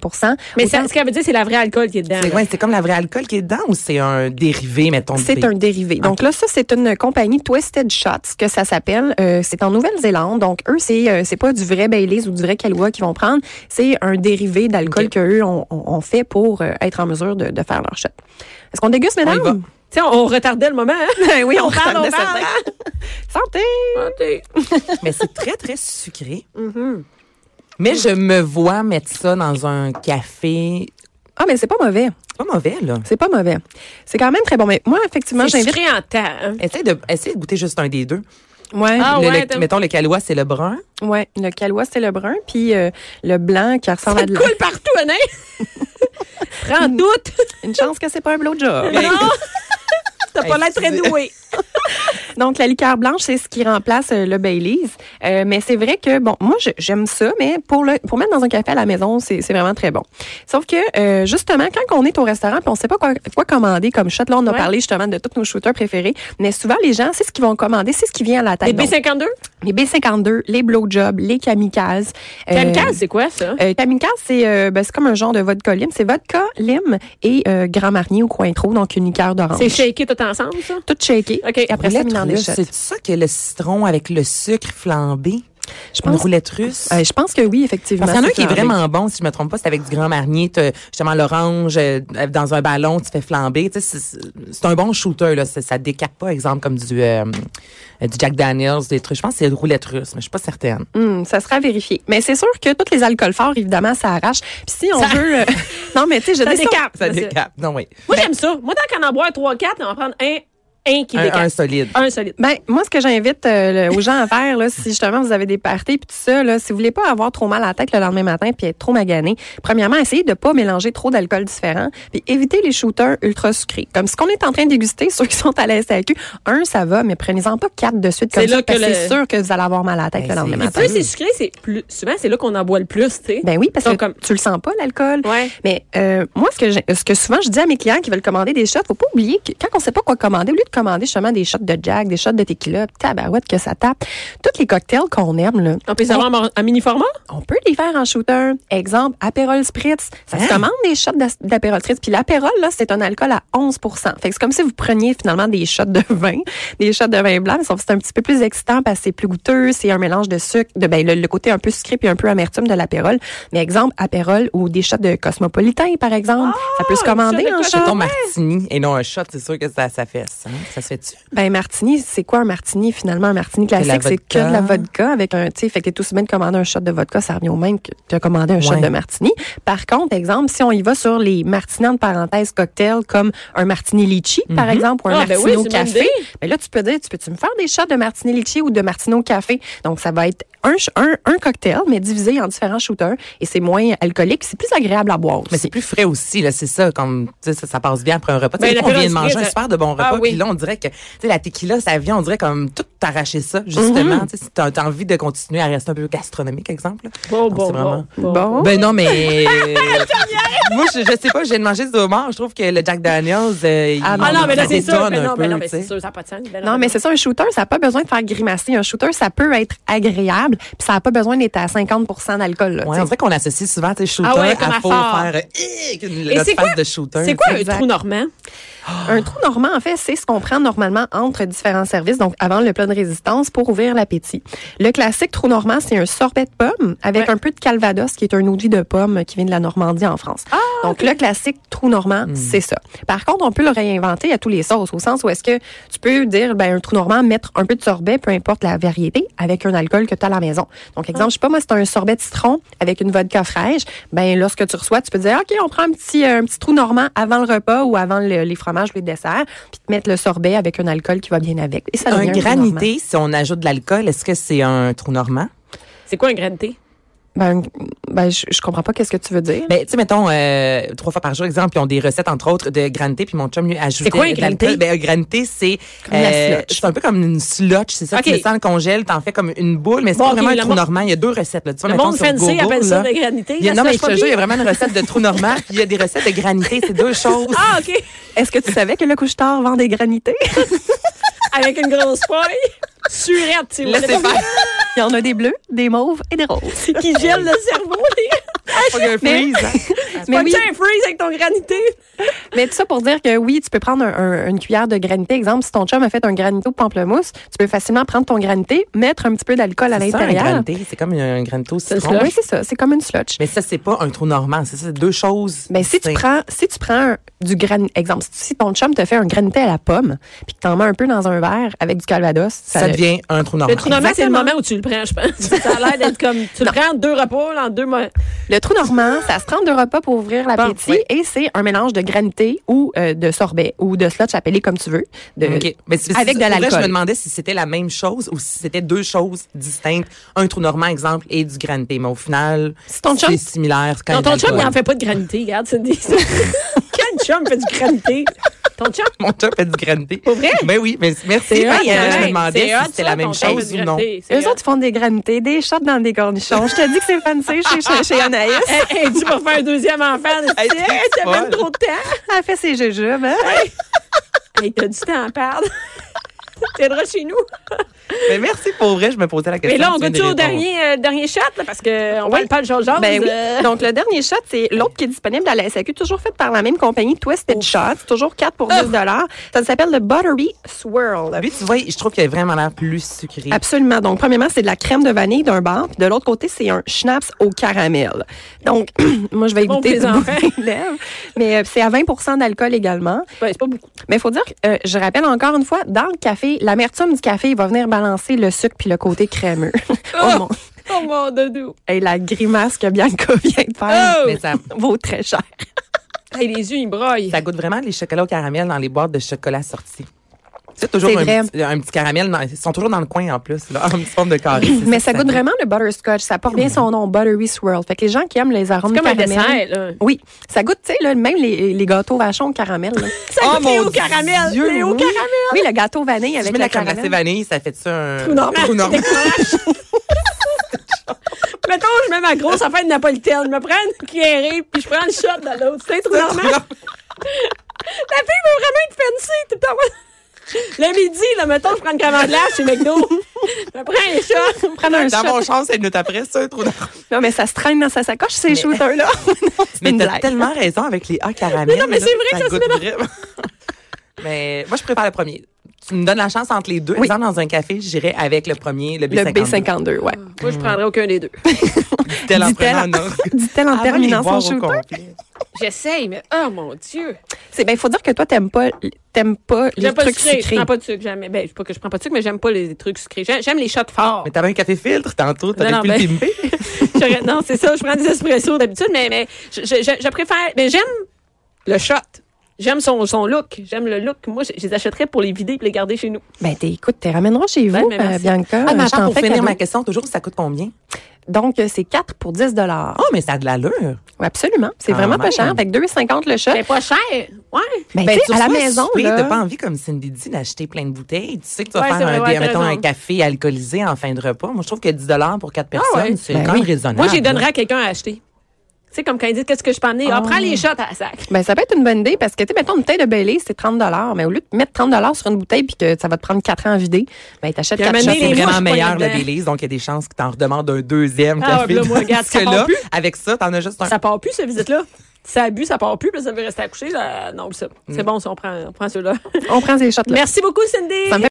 Speaker 1: Mais
Speaker 2: Autant-
Speaker 1: ça, ce qu'elle veut dire, c'est la vraie alcool qui est dedans.
Speaker 3: c'est
Speaker 1: là.
Speaker 3: ouais, c'est comme la vraie alcool qui est dedans ou c'est un dérivé, mettons. du
Speaker 2: c'est
Speaker 3: Baileys?
Speaker 2: un dérivé. Donc là, ça, c'est une compagnie Twisted Shots, que ça s'appelle. Euh, c'est en Nouvelle-Zélande. Donc, eux, c'est euh, c'est pas du vrai Baileys ou du vrai Kahlua qu'ils vont prendre. C'est un dérivé d'alcool
Speaker 3: Ok.
Speaker 2: que qu'eux ont on, on fait pour euh, être en mesure de, de faire leur shot. Est-ce qu'on déguste,
Speaker 3: y va.
Speaker 2: mesdames?
Speaker 1: Tu sais, on, on retardait le moment. hein? [LAUGHS]
Speaker 2: Ben [LAUGHS] oui,
Speaker 1: On parle,
Speaker 2: parle de
Speaker 1: on parle. hein.
Speaker 2: certains. Santé!
Speaker 3: Mais c'est très, très sucré. Mais je me vois mettre ça dans un café.
Speaker 2: Ah, mais c'est pas mauvais.
Speaker 3: C'est pas mauvais, là.
Speaker 2: C'est pas mauvais. C'est quand même très bon. Mais moi, effectivement,
Speaker 1: C'est
Speaker 2: j'invite.
Speaker 1: sucré en temps. hein.
Speaker 3: Essaye de, essaye de goûter juste un des deux.
Speaker 2: Ouais.
Speaker 1: Ah
Speaker 3: Le- le-
Speaker 1: ouais, t'aimes-
Speaker 3: mettons, le Kahlua, c'est le brun.
Speaker 2: Ouais, le calois, c'est le brun, puis euh, le blanc qui ressemble
Speaker 1: Ça
Speaker 2: à de la-
Speaker 1: coule partout, hein? [LAUGHS] Prends doute. [LAUGHS]
Speaker 2: Une chance que c'est pas un blowjob.
Speaker 1: Non! T'as pas l'air très
Speaker 3: Excusez.
Speaker 1: doué.
Speaker 2: Donc, la liqueur blanche, c'est ce qui remplace euh, le Baileys. Euh, mais c'est vrai que, bon, moi, je- j'aime ça, mais pour le pour mettre dans un café à la maison, c'est c'est vraiment très bon. Sauf que, euh, justement, quand on est au restaurant puis on sait pas quoi, quoi commander comme shot, là, on a
Speaker 1: Ouais.
Speaker 2: parlé justement de tous nos shooters préférés, mais souvent, les gens, c'est ce qu'ils vont commander, c'est ce qui vient à la tête.
Speaker 1: Les
Speaker 2: Donc,
Speaker 1: B52?
Speaker 2: les B52, les blowjobs, les kamikazes. euh,
Speaker 1: Kamikaze, c'est quoi, ça?
Speaker 2: euh, kamikaze, c'est euh, ben, c'est comme un genre de vodka lime. C'est vodka, lime et euh, grand marnier ou cointreau, donc une liqueur d'orange.
Speaker 1: C'est shaké tout ensemble, ça?
Speaker 2: tout shaké.
Speaker 1: OK.
Speaker 2: Et après ça, mis en
Speaker 3: Roulette russe,
Speaker 2: déchets.
Speaker 3: C'est ça que le citron avec le sucre flambé?
Speaker 2: Je
Speaker 3: Une
Speaker 2: pense,
Speaker 3: roulette russe?
Speaker 2: euh, je pense que oui, effectivement.
Speaker 3: Parce qu'il y en a un qui est
Speaker 2: c'est flambé.
Speaker 3: vraiment bon, si je me trompe pas, c'est avec du grand marnier, t'as justement l'orange euh, dans un ballon, tu fais flamber. Tu sais, C'est c'est un bon shooter, là. C'est- ça décape pas, exemple, comme du, euh, euh, du Jack Daniels, des trucs. Je pense que c'est une roulette russe, mais je suis pas certaine.
Speaker 2: Hum, ça sera vérifié. Mais c'est sûr que tous les alcools forts, évidemment, ça arrache. Puis si on
Speaker 1: Ça-
Speaker 2: veut... euh, [LAUGHS] non, mais tu sais, je
Speaker 1: Ça
Speaker 2: dis ça-
Speaker 1: décape.
Speaker 3: Ça
Speaker 1: ça, c'est-
Speaker 3: décape, non, oui.
Speaker 1: Moi, j'aime ça. Moi, tant qu'en en boire 3-4, on va prendre un, un qui
Speaker 3: Un, un
Speaker 1: décape.
Speaker 3: solide.
Speaker 1: Un solide.
Speaker 2: Ben, moi, ce que j'invite euh, le- aux gens à faire, là, si justement vous avez des parties puis tout ça, là, si vous voulez pas avoir trop mal à la tête le lendemain matin puis être trop magané, premièrement, essayez de pas mélanger trop d'alcool différents puis évitez les shooters ultra sucrés. Comme ce qu'on est en train de déguster, [LAUGHS] ceux qui sont à la SAQ, un, ça va, mais prenez-en pas quatre de suite comme
Speaker 1: C'est
Speaker 2: ça,
Speaker 1: là
Speaker 2: parce
Speaker 1: que
Speaker 2: que c'est
Speaker 1: le-
Speaker 2: sûr que vous allez avoir mal à la tête
Speaker 3: Ben,
Speaker 2: le
Speaker 3: c'est-
Speaker 2: lendemain
Speaker 3: c'est
Speaker 1: Mais
Speaker 2: matin.
Speaker 1: plus c'est sucré, c'est plus, souvent, c'est là qu'on en boit le plus, tu sais.
Speaker 2: Ben oui, parce
Speaker 1: Donc,
Speaker 2: que
Speaker 1: comme-
Speaker 2: tu le sens pas l'alcool.
Speaker 1: Ouais.
Speaker 2: Mais euh, moi, ce que, j'ai- ce que souvent je dis à mes clients qui veulent commander des shots, faut pas oublier que quand on sait pas quoi commander, au lieu de commander justement des shots de Jack, des shots de tequila, tabarouette que ça tape, tous les cocktails qu'on aime, là,
Speaker 1: On peut savoir en- en mini-format?
Speaker 2: on peut les faire en shooter. Exemple, Aperol Spritz. Ça se
Speaker 3: Hein?
Speaker 2: commande des shots d'as- d'Aperol Spritz. Puis l'Aperol, là, c'est un alcool à 11 Fait que c'est comme si vous preniez finalement des shots de vin, [LAUGHS] des shots de vin blanc, mais sauf que c'est un petit peu plus excitant parce que c'est plus goûteux, c'est un mélange de sucre, de ben, le, le côté un peu sucré puis un peu amertume de l'Aperol. Mais exemple, Aperol ou des shots de Cosmopolitain, par exemple. ça peut se
Speaker 1: une shot
Speaker 2: commander
Speaker 1: de
Speaker 2: en
Speaker 1: Cosmo-
Speaker 2: shot.
Speaker 1: Ah
Speaker 3: Ton martini et non un shot, c'est sûr que ça, ça fait ça. hein? Ça se fait-tu?
Speaker 2: Ben martini, c'est quoi un martini finalement Un martini
Speaker 3: la
Speaker 2: classique, c'est que
Speaker 3: vodka.
Speaker 2: de la vodka avec un, tu sais, fait que t'es tout semaine de commander un shot de vodka, ça revient au même que de commander un shot
Speaker 3: Ouais.
Speaker 2: de martini. Par contre, exemple, si on y va sur les martinis entre parenthèses cocktails comme un martini litchi par exemple ou un
Speaker 1: Ah, ben
Speaker 2: martini
Speaker 1: oui,
Speaker 2: au
Speaker 1: c'est une bonne
Speaker 2: café,
Speaker 1: idée.
Speaker 2: ben là tu peux dire, tu peux tu me faire des shots de martini litchi ou de martini au café. Donc ça va être un, ch- un, un cocktail mais divisé en différents shooters et c'est moins alcoolique, c'est plus agréable à boire.
Speaker 3: Mais
Speaker 2: aussi.
Speaker 3: c'est plus frais aussi, là, c'est ça, comme, tu sais, ça, ça passe bien après un repas. Tu sais,
Speaker 1: Ben,
Speaker 3: des fois, on
Speaker 1: l'apéro
Speaker 3: vient de manger
Speaker 1: spritz,
Speaker 3: un
Speaker 1: euh,
Speaker 3: super de bon repas,
Speaker 1: ah oui.
Speaker 3: puis là, on dirait que, tu sais, la tequila, ça vient, on dirait comme tout t'arracher ça, justement. Tu sais, si t'as t'as envie de continuer à rester un peu gastronomique, exemple. là.
Speaker 1: Bon,
Speaker 3: Donc,
Speaker 1: bon,
Speaker 3: c'est
Speaker 1: bon.
Speaker 2: Bon.
Speaker 3: Ben non, [LAUGHS] mais. Moi, je, je sais pas, j'ai mangé ce homard. Je trouve que le Jack Daniels. euh, il-
Speaker 2: Ah
Speaker 1: Ah non, mais là,
Speaker 3: ça
Speaker 1: c'est sûr.
Speaker 3: détonne
Speaker 1: Ben
Speaker 3: un
Speaker 1: non, ben
Speaker 3: peu,
Speaker 1: non, ben
Speaker 3: tu sais.
Speaker 1: c'est sûr, ça n'a pas de sens. Ben
Speaker 2: Non, mais
Speaker 1: ben
Speaker 2: c'est ça, un shooter, ça n'a pas besoin de faire grimacer. Un shooter, ça peut être agréable, puis ça n'a pas besoin d'être à 50 d'alcool. là,
Speaker 3: Ouais,
Speaker 2: tu
Speaker 3: on
Speaker 2: sais.
Speaker 3: dirait qu'on associe souvent, tu sais, shooter
Speaker 1: Ah ouais, comme
Speaker 3: à
Speaker 1: à
Speaker 3: faut
Speaker 1: fort.
Speaker 3: faire. euh, hic, une-
Speaker 1: Et
Speaker 3: notre
Speaker 1: c'est
Speaker 3: face
Speaker 1: quoi-
Speaker 3: de shooter.
Speaker 1: C'est quoi
Speaker 2: Exact.
Speaker 1: un trou normand?
Speaker 2: Un trou normand, en fait, c'est ce qu'on prend normalement entre différents services, donc avant le plat de résistance, pour ouvrir l'appétit. Le classique trou normand, c'est un sorbet de pomme avec
Speaker 1: Ouais.
Speaker 2: un peu de calvados, qui est un eau de vie de pomme qui vient de la Normandie en France.
Speaker 1: Ah,
Speaker 2: donc, le classique trou normand, c'est ça. Par contre, on peut le réinventer à tous les sauces, au sens où est-ce que tu peux dire, ben, un trou normand, mettre un peu de sorbet, peu importe la variété, avec un alcool que tu as à la maison. Donc, exemple, je sais pas, moi, c'est un sorbet de citron avec une vodka fraîche. Ben, lorsque tu reçois, tu peux dire, OK, on prend un petit, euh, un petit trou normand avant le repas ou avant le- les fromages ou les desserts, puis te mettre le sorbet avec un alcool qui va bien avec. Et ça
Speaker 3: Un
Speaker 2: devient un trou normand.
Speaker 3: granité, si on ajoute de l'alcool, est-ce que c'est un trou normand?
Speaker 1: C'est quoi un granité?
Speaker 2: Ben, ben, je, je comprends pas qu'est-ce que tu veux dire.
Speaker 3: Ben, tu sais, mettons, euh, trois fois par jour, exemple, ils ont des recettes, entre autres, de granité, puis mon chum lui a ajouté.
Speaker 1: quoi un
Speaker 3: de l'alcool.
Speaker 1: granité?
Speaker 3: Ben, un granité, c'est. euh,
Speaker 2: Comme la slotch.
Speaker 3: C'est un peu comme une slotch, c'est ça.
Speaker 1: Ok.
Speaker 3: Tu mets ça dans le congèle, t'en fais comme une boule, mais c'est
Speaker 1: Bon,
Speaker 3: pas
Speaker 1: ok,
Speaker 3: vraiment un
Speaker 1: le
Speaker 3: trou
Speaker 1: monde-
Speaker 3: normand. Il y a deux recettes, là. Tu vois,
Speaker 1: Le
Speaker 3: mettons,
Speaker 1: monde
Speaker 3: sur
Speaker 1: fancy
Speaker 3: Google,
Speaker 1: appelle ça
Speaker 3: là,
Speaker 1: de granité.
Speaker 3: il y a-
Speaker 1: la
Speaker 3: non, mais je
Speaker 1: slotch
Speaker 3: te jure, il y a
Speaker 1: puppy.
Speaker 3: vraiment une recette de trou normand, puis il y a des recettes de granité.
Speaker 1: [LAUGHS]
Speaker 3: C'est deux choses.
Speaker 1: Ah, OK.
Speaker 2: Est-ce que tu savais que le couche-tard vend des granités? [LAUGHS]
Speaker 1: Avec une grosse feuille. Surette, tu vois.
Speaker 3: Là, c'est pas.
Speaker 2: Il y en a des bleus, des mauves et des roses.
Speaker 1: [LAUGHS] C'est qui gèle le cerveau, les gars.
Speaker 3: Faut qu'il y ait un
Speaker 2: Mais-
Speaker 3: freeze, hein.
Speaker 1: Mais oui. un freeze avec ton granité.
Speaker 2: Mais tout ça pour dire que oui, tu peux prendre un- un- une cuillère de granité. Exemple, si ton chum a fait un granito pamplemousse, tu peux facilement prendre ton granité, mettre un petit peu d'alcool à
Speaker 3: C'est ça, un
Speaker 2: l'intérieur.
Speaker 3: granité. C'est comme un granito
Speaker 1: le
Speaker 3: citron.
Speaker 1: slotch.
Speaker 2: Oui, c'est ça. C'est comme une slotch.
Speaker 3: Mais ça, c'est pas un trou normand. C'est ça, c'est deux choses.
Speaker 1: Ben,
Speaker 2: Mais si tu
Speaker 3: distinctes.
Speaker 2: prends, si tu prends du gran, exemple, si ton chum te fait un granité à la pomme, puis que t'en mets un peu dans un verre avec du calvados,
Speaker 3: ça devient un trou normand.
Speaker 1: Le trou normand, c'est le
Speaker 2: Exactement.
Speaker 1: moment où tu le prends, je pense. [LAUGHS] Ça a l'air d'être comme. Tu le prends en deux repas, là, en deux mois.
Speaker 2: Le trou normand, ça se trempe de repas pour ouvrir l'appétit
Speaker 3: Bon, Ah, ouais.
Speaker 2: et c'est un mélange de granité ou euh, de sorbet ou de slotch appelé comme tu veux. De,
Speaker 3: OK.
Speaker 1: euh,
Speaker 3: Mais c'est-
Speaker 2: avec
Speaker 3: c'est-
Speaker 2: de
Speaker 3: pour vrai,
Speaker 2: l'alcool.
Speaker 3: Je me demandais si c'était la même chose ou si c'était deux choses distinctes, un trou normand exemple et du granité. Mais au final,
Speaker 2: Si ton chum-
Speaker 3: c'est similaire. c'est quand
Speaker 1: Non,
Speaker 3: même
Speaker 1: ton chum, il [LAUGHS]
Speaker 3: l'alcool.
Speaker 1: n'en fait pas de granité, regarde, c'est une Quel chum fait du granité? Ton chum?
Speaker 3: Mon chum fait du grindé.
Speaker 1: Pour vrai?
Speaker 3: Mais oui, mais merci.
Speaker 1: C'est hot,
Speaker 3: Hey, euh, je me
Speaker 1: pareil.
Speaker 3: demandais
Speaker 1: C'est hot,
Speaker 3: si c'était la
Speaker 1: ça,
Speaker 3: même
Speaker 1: ton chum
Speaker 3: chose
Speaker 1: fait
Speaker 3: ou
Speaker 1: du
Speaker 3: non.
Speaker 1: gratter. C'est
Speaker 2: Eux
Speaker 1: hot.
Speaker 2: autres, ils font des granités, des shots dans des cornichons. Je te dis que c'est fancy chez, chez, chez Anaïs.
Speaker 1: Hey, hey, tu vas faire un deuxième enfant. [LAUGHS]
Speaker 3: Hey,
Speaker 1: Tu
Speaker 3: t'es
Speaker 1: sais, t'as
Speaker 3: folle.
Speaker 1: même trop de [LAUGHS] temps.
Speaker 2: [LAUGHS] Elle fait ses jujubes. hein?
Speaker 1: Hey, t'as du temps à perdre. [LAUGHS] T'es droit chez nous.
Speaker 3: Mais Ben, merci pour vrai, je me posais la question.
Speaker 1: Mais là, on
Speaker 3: tu
Speaker 1: va
Speaker 3: viens de
Speaker 1: toujours au
Speaker 3: répondre.
Speaker 1: dernier, euh, dernier shot, là, parce qu'on
Speaker 2: Oui.
Speaker 1: parle pas de Georges Jones.
Speaker 2: Ben oui.
Speaker 1: [LAUGHS] euh,
Speaker 2: Donc, le dernier shot, c'est l'autre qui est disponible à la SAQ, toujours fait par la même compagnie, Twisted Shot. Toujours 4 pour 10 Ça s'appelle le Buttery Swirl.
Speaker 3: Lui, Ah tu vois, je trouve qu'il a vraiment l'air plus sucré.
Speaker 1: Ah,
Speaker 2: Absolument. Donc, premièrement, c'est de la crème de vanille d'un bar. Puis de l'autre côté, c'est un schnapps au caramel. Donc, [CLEARS THROAT] moi, je vais
Speaker 1: Bon
Speaker 2: éviter
Speaker 1: pour les
Speaker 2: de bourrer les lèvres. Mais euh, c'est à 20 d'alcool également.
Speaker 1: ben, c'est pas beaucoup.
Speaker 2: Mais il faut dire, que, euh, je rappelle encore une fois, dans le café, l'amertume du café va venir balancer le sucre puis le côté crémeux. [LAUGHS] oh, mon...
Speaker 1: Oh mon doudou.
Speaker 2: Hey, la grimace que Bianca vient de faire
Speaker 1: Oh!
Speaker 3: Mais ça,
Speaker 2: vaut très cher.
Speaker 1: Hey, les yeux, ils broyent.
Speaker 3: ça goûte vraiment les chocolats au caramel dans les boîtes de chocolat sortis. C'est toujours
Speaker 2: C'est
Speaker 3: un
Speaker 2: vrai.
Speaker 3: petit, un petit caramel. dans- ils sont toujours dans le coin en plus, là, en forme de carré. c'est
Speaker 2: Mais ça
Speaker 3: que
Speaker 2: goûte vraiment le butterscotch. Ça porte bien
Speaker 3: Mm.
Speaker 2: son nom, Buttery Swirl. Fait que les gens qui aiment les arômes
Speaker 1: C'est comme un
Speaker 2: caramel-
Speaker 1: dessert, là.
Speaker 2: Oui, ça goûte, tu sais, là, même les, les gâteaux vachons au caramel.
Speaker 1: [LAUGHS]
Speaker 2: là.
Speaker 1: Ça
Speaker 3: Oh,
Speaker 1: goûte les
Speaker 3: mon
Speaker 1: hauts caramel.
Speaker 3: Dieu,
Speaker 1: les hauts
Speaker 3: oui.
Speaker 1: caramel.
Speaker 2: oui, le gâteau vanille
Speaker 3: Si je
Speaker 2: avec
Speaker 3: mets
Speaker 2: le
Speaker 3: la crème glacée
Speaker 2: caramel.
Speaker 3: vanille, ça fait ça un...
Speaker 1: Trou normal.
Speaker 3: Trou normal.
Speaker 1: [LAUGHS] Mettons, je mets ma
Speaker 3: [LAUGHS]
Speaker 1: grosse affaire de napolitaine. Je me prends une cuillerée, puis je prends le shot dans l'autre. C'est trop
Speaker 3: [LAUGHS]
Speaker 1: normal. La fille veut vraiment être fancy. Tout le temps. Le midi, là, mettons, je prends une crème en glace chez McDo. Je me prends un shot.
Speaker 2: Prendre un
Speaker 3: Dans
Speaker 2: shot.
Speaker 3: mon champ, c'est une minute après, c'est un trou normal.
Speaker 2: Non, mais ça se traîne dans sa sacoche, ces
Speaker 3: [LAUGHS]
Speaker 2: shooters-là. Non, c'est
Speaker 3: Mais
Speaker 2: une
Speaker 3: t'as
Speaker 2: blague.
Speaker 3: tellement raison avec les A caramel.
Speaker 1: Mais non, mais
Speaker 3: là,
Speaker 1: c'est vrai que ça se
Speaker 3: goûte vraiment. [LAUGHS] Mais moi, je préfère le premier. Tu me donnes la chance entre les deux.
Speaker 2: Oui.
Speaker 3: Exemple, dans un café, j'irai avec le premier, le
Speaker 2: Le
Speaker 3: B50.
Speaker 2: B52, ouais.
Speaker 3: Ah.
Speaker 1: Moi, je prendrais aucun des deux.
Speaker 3: Tel en
Speaker 2: Dit-elle
Speaker 3: prenant
Speaker 2: en,
Speaker 3: note.
Speaker 2: dit-elle en
Speaker 3: Avant de Ah, les
Speaker 2: terminant son
Speaker 3: voir au
Speaker 2: shooter.
Speaker 3: complet.
Speaker 1: J'essaye, mais oh mon Dieu.
Speaker 2: C'est ben, faut dire que toi t'aimes pas t'aimes pas les
Speaker 1: J'aime pas le
Speaker 2: trucs
Speaker 1: sucré. Je
Speaker 2: sucrés.
Speaker 1: prends pas de sucre, jamais. Ben, c'est pas que je prends pas de sucre, mais j'aime pas les trucs sucrés. J'aime j'aime les shots forts.
Speaker 3: Mais t'avais un café filtre tantôt,
Speaker 1: Non,
Speaker 3: t'aurais
Speaker 1: non,
Speaker 3: pu le
Speaker 1: ben-
Speaker 3: pimper.
Speaker 1: J'aurais- non, c'est ça. Je prends des espressos d'habitude, mais, mais je, je- je- je préfère. Mais j'aime le shot. J'aime son, son look. J'aime le look. Moi, je, je les achèterais pour les vider et les garder chez nous.
Speaker 2: Ben t'es- écoute, t'es ramèneras chez vous,
Speaker 1: Ouais, Ben, mais
Speaker 2: euh,
Speaker 1: merci.
Speaker 2: Bianca.
Speaker 3: Ah, mais
Speaker 2: Euh,
Speaker 3: attends,
Speaker 2: t'en
Speaker 3: pour
Speaker 2: fais
Speaker 3: finir
Speaker 2: cadeau.
Speaker 3: ma question, toujours, ça coûte combien?
Speaker 2: Donc euh, c'est 4 pour 10 dollars.
Speaker 3: Oh, mais ça a de l'allure.
Speaker 2: absolument, c'est
Speaker 3: Quand
Speaker 2: vraiment pas
Speaker 3: même.
Speaker 2: cher, avec 2.50 le shot.
Speaker 1: C'est pas cher. Ouais.
Speaker 2: Ben, tu
Speaker 3: Ben,
Speaker 2: sais,
Speaker 3: tu
Speaker 2: à la
Speaker 3: reçois un
Speaker 2: maison
Speaker 3: souper,
Speaker 2: là.
Speaker 3: T'as pas envie, comme Cindy dit, d'acheter plein de bouteilles. Tu sais que tu vas
Speaker 1: Ouais, c'est
Speaker 3: faire un,
Speaker 1: vrai, t'as
Speaker 3: dé- mettons, un
Speaker 1: raison. Ah
Speaker 3: café alcoolisé en fin de repas. Moi, je trouve que 10 pour 4 personnes,
Speaker 1: ouais.
Speaker 3: c'est
Speaker 2: Ben
Speaker 3: quand
Speaker 2: oui.
Speaker 3: même raisonnable.
Speaker 1: Moi, je les donnerais à quelqu'un à acheter. C'est comme quand ils disent qu'est-ce que je peux amener. Ah,
Speaker 3: Oh.
Speaker 1: prends les shots à la sac.
Speaker 2: Ben, ça peut être une bonne idée parce que, tu sais, mettons, une bouteille de Bailey, c'est 30 mais au lieu de mettre 30 sur une bouteille puis que ça va te prendre 4 ans à vider, ben, t'achètes
Speaker 1: Puis à
Speaker 2: 4
Speaker 1: un
Speaker 2: shots.
Speaker 1: moment donné,
Speaker 3: Ça, c'est
Speaker 1: les mouches,
Speaker 3: vraiment
Speaker 1: je suis pas
Speaker 3: meilleur le
Speaker 1: là-dedans.
Speaker 3: Belize, donc il y a des chances que t'en redemandes un deuxième
Speaker 1: Ah,
Speaker 3: café.
Speaker 1: ouais, là, moi,
Speaker 3: parce
Speaker 1: regarde, ça
Speaker 3: que
Speaker 1: part
Speaker 3: là,
Speaker 1: plus.
Speaker 3: Avec ça, t'en as juste un.
Speaker 1: Ça part plus, cette visite-là. Ça abuse, ça part plus, puis ça veut rester accouché. Là. Non, ça. C'est bon, ça, on prend, on prend ceux-là.
Speaker 2: On prend ces shots-là.
Speaker 1: Mm. Merci beaucoup, Cindy.
Speaker 2: Ça me fait